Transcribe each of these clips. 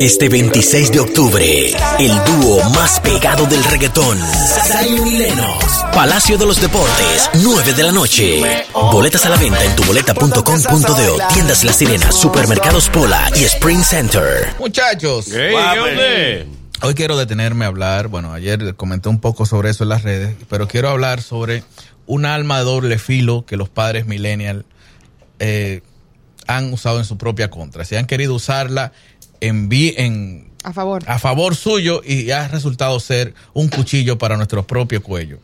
Este 26 de octubre, el dúo más pegado del reggaetón, Zion y Lennox, Palacio de los Deportes, 9 de la noche. Boletas a la venta en tuboleta.com.de, tiendas La Sirena, supermercados Pola y Spring Center. Muchachos, Ey, ¿qué onda? hoy quiero detenerme a hablar, bueno, ayer comenté un poco sobre eso en las redes, pero quiero hablar sobre un alma de doble filo que los padres millennial eh, han usado en su propia contra. Se han querido usarla en, vi- en A favor. Ah, a favor suyo y ha resultado ser un cuchillo para nuestro propio cuello.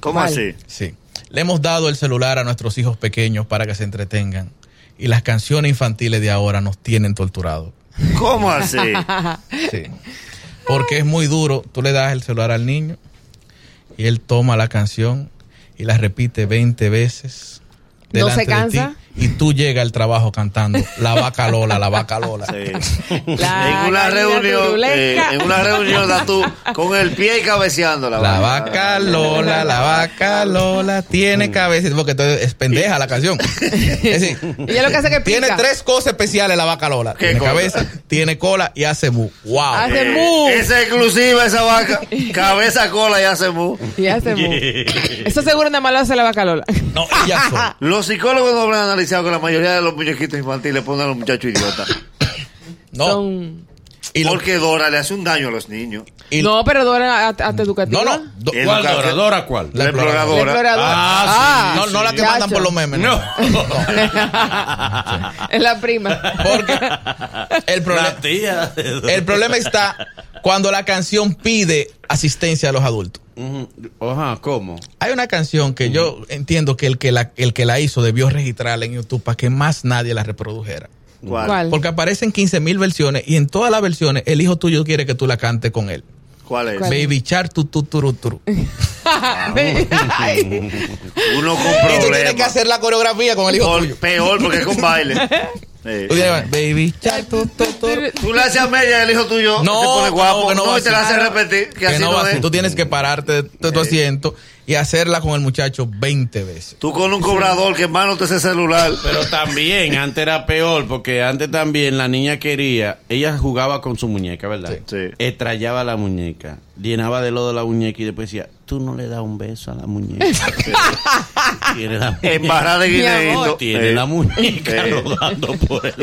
¿Cómo Vale. así? Sí. Le hemos dado el celular a nuestros hijos pequeños para que se entretengan. Y las canciones infantiles de ahora nos tienen torturados. ¿Cómo así? Sí. Porque es muy duro. Tú le das el celular al niño y él toma la canción y la repite 20 veces. ¿No delante se de ti, cansa? y tú llegas al trabajo cantando La vaca Lola, la vaca Lola. Sí. La pues, en Eh, una gallina reunión, turuleca. eh, en una reunión, da tú con el pie y cabeceando la, La vaina. Eh, vaca Lola, la vaca Lola Mm. tiene cabeza. Porque entonces es pendeja la canción. Es decir, Ella lo que hace es que tiene pica. tres cosas especiales la vaca Lola. ¿Qué Tiene cosa? cabeza, tiene cola y hace mu. ¡Wow! Hace Eh, mu. Esa es exclusiva, esa vaca. Cabeza, cola y hace mu. Y hace mu. Eso seguro nada más lo hace la vaca Lola. No, ella sola. Los psicólogos no habrán analizado que la mayoría de los muñequitos infantiles ponen a los muchachos idiotas. No. Son- y lo- Porque Dora le hace un daño a los niños. y- No, pero Dora hasta educativa. no, no. Do- Educa- ¿Cuál Dora? ¿Dora cuál? La La La exploradora. exploradora. Ah, no, no la que chacho. mandan por los memes. No. Es la prima. Porque el, problema- La tía. el problema está cuando la canción pide asistencia a los adultos. Ajá, ¿cómo? Hay una canción que yo entiendo que el que, la, el que la hizo debió registrarla en YouTube para que más nadie la reprodujera. ¿Cuál? ¿Cuál? ¿Cuál? Porque aparecen 15 mil versiones y en todas las versiones el hijo tuyo quiere que tú la cantes con él. es? ¿Cuál? Baby Char, tu, tu, turu, turu. Y Ay, Uno con tú tienes que problemas. hacer la coreografía con el hijo Por- tuyo. peor porque es con baile. Eh, Tú tienes que- Baby Char, tu, tu, turu. Tú le haces a media el hijo tuyo. No, te pone guapo. no, que No, no va y te la así. hace repetir. Que, Que así no no, va a ser. es. Eh. Tú tienes que pararte de, de tu asiento y hacerla con el muchacho 20 veces. Tú con un cobrador que en mano te hace celular. Pero también, antes era peor, porque antes también la niña quería, ella jugaba con su muñeca, ¿verdad? Sí. Sí. Estrellaba la muñeca, llenaba de lodo la muñeca y después decía, tú no le das un beso a la muñeca. Tiene la muñeca, Embarrada de Mi guineíto. amor. tiene Eh, la muñeca Eh. rodando por el...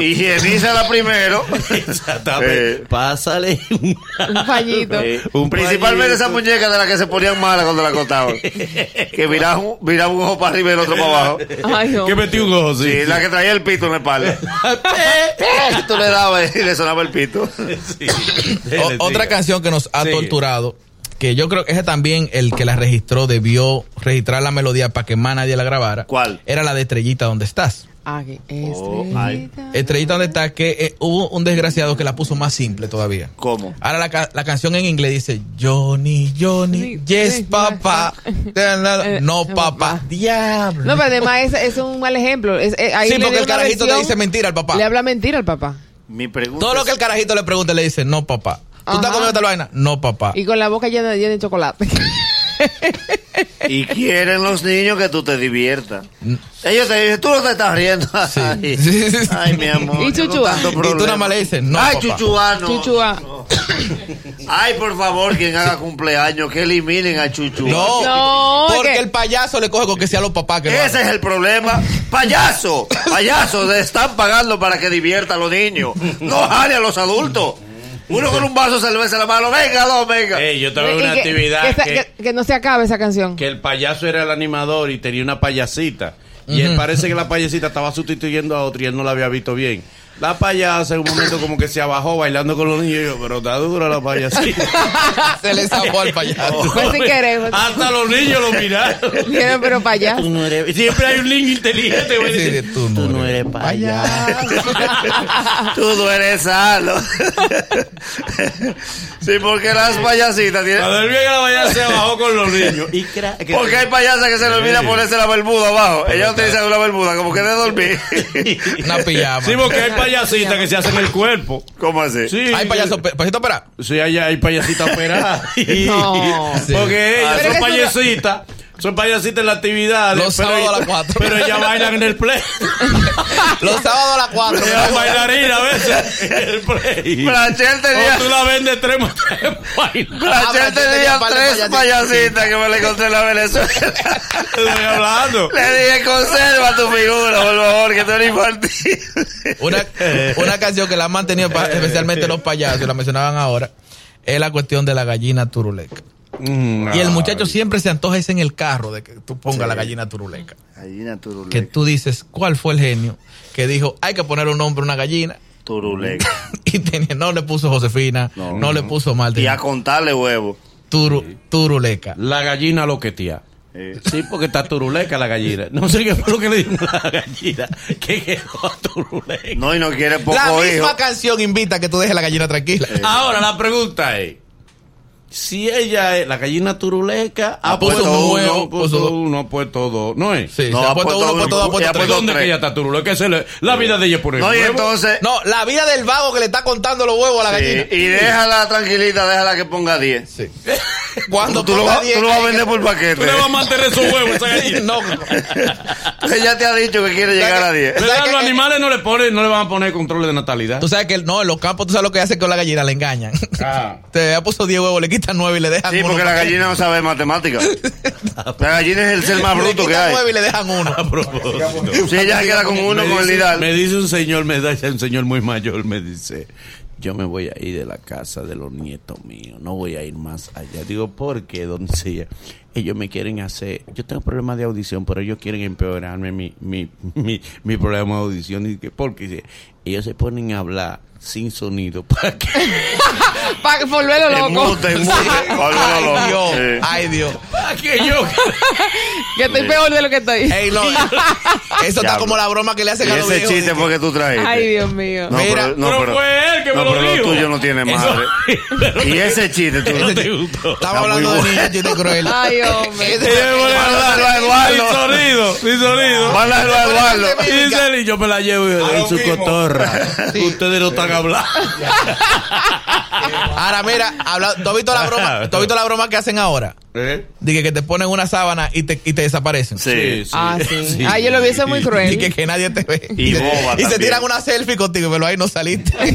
Higienízala primero. Exactamente. Eh. Pásale un, un fallito. Eh, Un Principalmente pañito. esa muñeca de la que se ponían malas cuando la cortaban. que miraba un, miraba un ojo para arriba y el otro para abajo. Ay, no. Que metió un ojo, sí. Sí, la que traía el pito en la espalda. Eh. Y tú le dabas y le sonaba el pito. Sí. O- otra canción que nos ha Sí. torturado, que yo creo que ese también el que la registró debió registrar la melodía para que más nadie la grabara. ¿Cuál? Era la de Estrellita donde estás. Ah, que Oh, ay. estrellita. Estrellita donde estás, que eh, hubo un desgraciado que la puso más simple todavía. ¿Cómo? Ahora la, ca- la canción en inglés dice Johnny, Johnny, Sí, yes sí, papá, no Eh, papá, papá. diablo. No, pero además es, es un mal ejemplo. Es, eh, ahí sí, le porque dio el una carajito te versión, dice mentira al papá. Le habla mentira al papá. Mi pregunta. Todo lo que el carajito le pregunta le dice, no papá. ¿Tú estás Ajá. comiendo tal vaina? No papá. Y con la boca llena, llena de chocolate. es- Y quieren los niños que tú te diviertas. Ellos te dicen, tú no te estás riendo. Sí, Ay, sí, sí. ay, mi amor. Y tengo chuchua. tanto Y tú problema. nada más le dices, no, Ay, papá. chuchua, no. Chuchua. Ay, por favor, quien haga cumpleaños, que eliminen a chuchua. No, No, porque que- el payaso le coge con que sea los papás que lo Ese hagan. es el problema. Payaso, payaso, le están pagando para que divierta a los niños. No jale a los adultos. Uno con un vaso de cerveza en la mano, venga, no, venga. Ey, yo estaba en Y una que- actividad que, que, se- que- que no se acabe esa canción. que el payaso era el animador y tenía una payasita. Y él parece que la payasita estaba sustituyendo a otra y él no la había visto bien. La payasa en un momento como que se abajó bailando con los niños. Y yo, pero está dura la payasita. Se le zafó al payaso. Fue sin querer, fue sin- Hasta los niños lo miraron. Mira, pues, pero para allá. Tú no eres- Siempre hay un niño inteligente. güey. Sí, sí, tú no eres Tú no eres sano. sí, porque las payasitas Cuando tienen. él vio que la payasa se abajó con los niños. Y cra- que- Porque hay payasas que se le olvida Sí. ponerse la bermuda abajo. Ellas utilizan una bermuda, como que de dormir. Una pijama. Sí, porque hay payasitas que se hacen el cuerpo. ¿Cómo así? Sí. Hay payaso, pe- payasito espera. Sí, hay, hay payasita operada. No. Sí. Porque Ah, pero ellas son que eso no- payasitas Son payasitas en la actividad. Los pero, sábados a las cuatro. Pero ellas bailan en el play. Los sábados a las 4. Ellas bailarinas a veces en el play. Brachel tenía, O tú la vendes tres más tres bailas. Brachel Brachel Ah, tenía tenía un par de tres payasitas que me le encontré en la Venezuela. Te estoy hablando. Le dije, conserva tu figura, por favor, que tú eres infantil. Una, una canción que la han mantenido pa- especialmente los payasos, la mencionaban ahora, es la cuestión de la gallina turuleca. Mm, Y Ah, el muchacho siempre se antoja ese en el carro de que tú pongas la gallina turuleca. Gallina turuleca. Que tú dices, ¿cuál fue el genio que dijo, hay que poner un nombre a una gallina? Turuleca. Y tenía- no le puso Josefina, no, le puso Y a Marta, contarle huevo. turu, turuleca. La gallina lo que tía. Eh. Sí, porque está turuleca la gallina. No sé qué fue lo que le dijo a la gallina. Que quedó turuleca. No, y no quiere poco La misma hijo. canción invita a que tú dejes la gallina tranquila. Ahora la pregunta es: si ella es la gallina turuleca, Ha puesto Ah, un huevo, ha puesto puso dos. uno, ha puesto dos, ¿no es? Sí, No, se ha puesto ha puesto uno, ha puesto dos, ha uno, puesto y ha tres. puesto pues, ¿Dónde es tres. que ella está turuleca? Esa es la- la vida de ella por el No, y huevo. entonces. No, la vida del vago que le está contando los huevos a la eh, gallina. y déjala tranquilita, déjala que ponga 10. Sí. Cuando Tú, lo ponga vas- diez, tú lo vas a que- vender por Tú le paquete. vas a mantener esos huevos a esa gallina. No, Ella te ha dicho que quiere llegar a 10. ¿Sabes ¿Verdad? que- Los animales no le ponen, no le van a poner controles de natalidad. tú sabes que no, en los campos tú sabes lo que hacen con la gallina, la engañan. Ah. Te ha puesto 10 huevos, le quitan 9 y le dejan Sí, uno. porque la gallina no sabe matemáticas. La gallina es el ser más Le bruto que quitan hay. nueve y le dejan uno. A propósito. Si ella se queda con uno, me, con el dice, Lidal. me dice un señor, me da un señor muy mayor, me dice, yo me voy a ir de la casa de los nietos míos, no voy a ir más allá. Digo, ¿por qué, doncella? Ellos me quieren hacer, yo tengo problemas de audición, pero ellos quieren empeorarme mi, mi, mi, mi problema de audición. Y que, porque dice, ellos se ponen a hablar sin sonido para que Para volverlo loco. Enmute, enmute. Olvídalo, Ay, loco. Dios. Sí. Ah, Ay, Dios. para que yo Que estoy peor de lo que estoy. Ey, lo- eso está Diablo. como la broma que le este hacen Y a los ese viejos. chiste fue que tú trajiste. Ay, Dios mío. No, Mira, pero, no, pero pero- fue él que me no, lo pero dijo. tuyo no tiene madre. y ese chiste tú no te gustó. Estamos Está muy hablando de bueno. niños chistes crueles. Ay, hombre. Ese- Eduardo, Eduardo. Sin sonido, sin sonido. Mándalo a Eduardo. Y dice él, y yo me la llevo en su cotorra. Ustedes no están hablando. Ahora mira, habla- ¿tú has visto la broma? ¿Tú has visto la broma que hacen ahora? ¿Eh? Dije que te ponen una sábana y te, y te desaparecen. Sí. Ah, sí. Ay, yo lo vi, eso es muy cruel. Y que, que nadie te ve. Y boba se también. tiran una selfie contigo, pero ahí no saliste.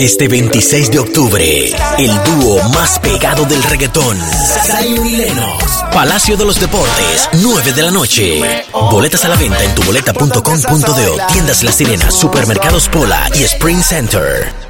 Este 26 de octubre, el dúo más pegado del reggaetón. Zion y Lennox. Palacio de los Deportes, 9 de la noche. Boletas a la venta en tuboleta.com.de, tiendas La Sirena, supermercados Pola y Spring Center.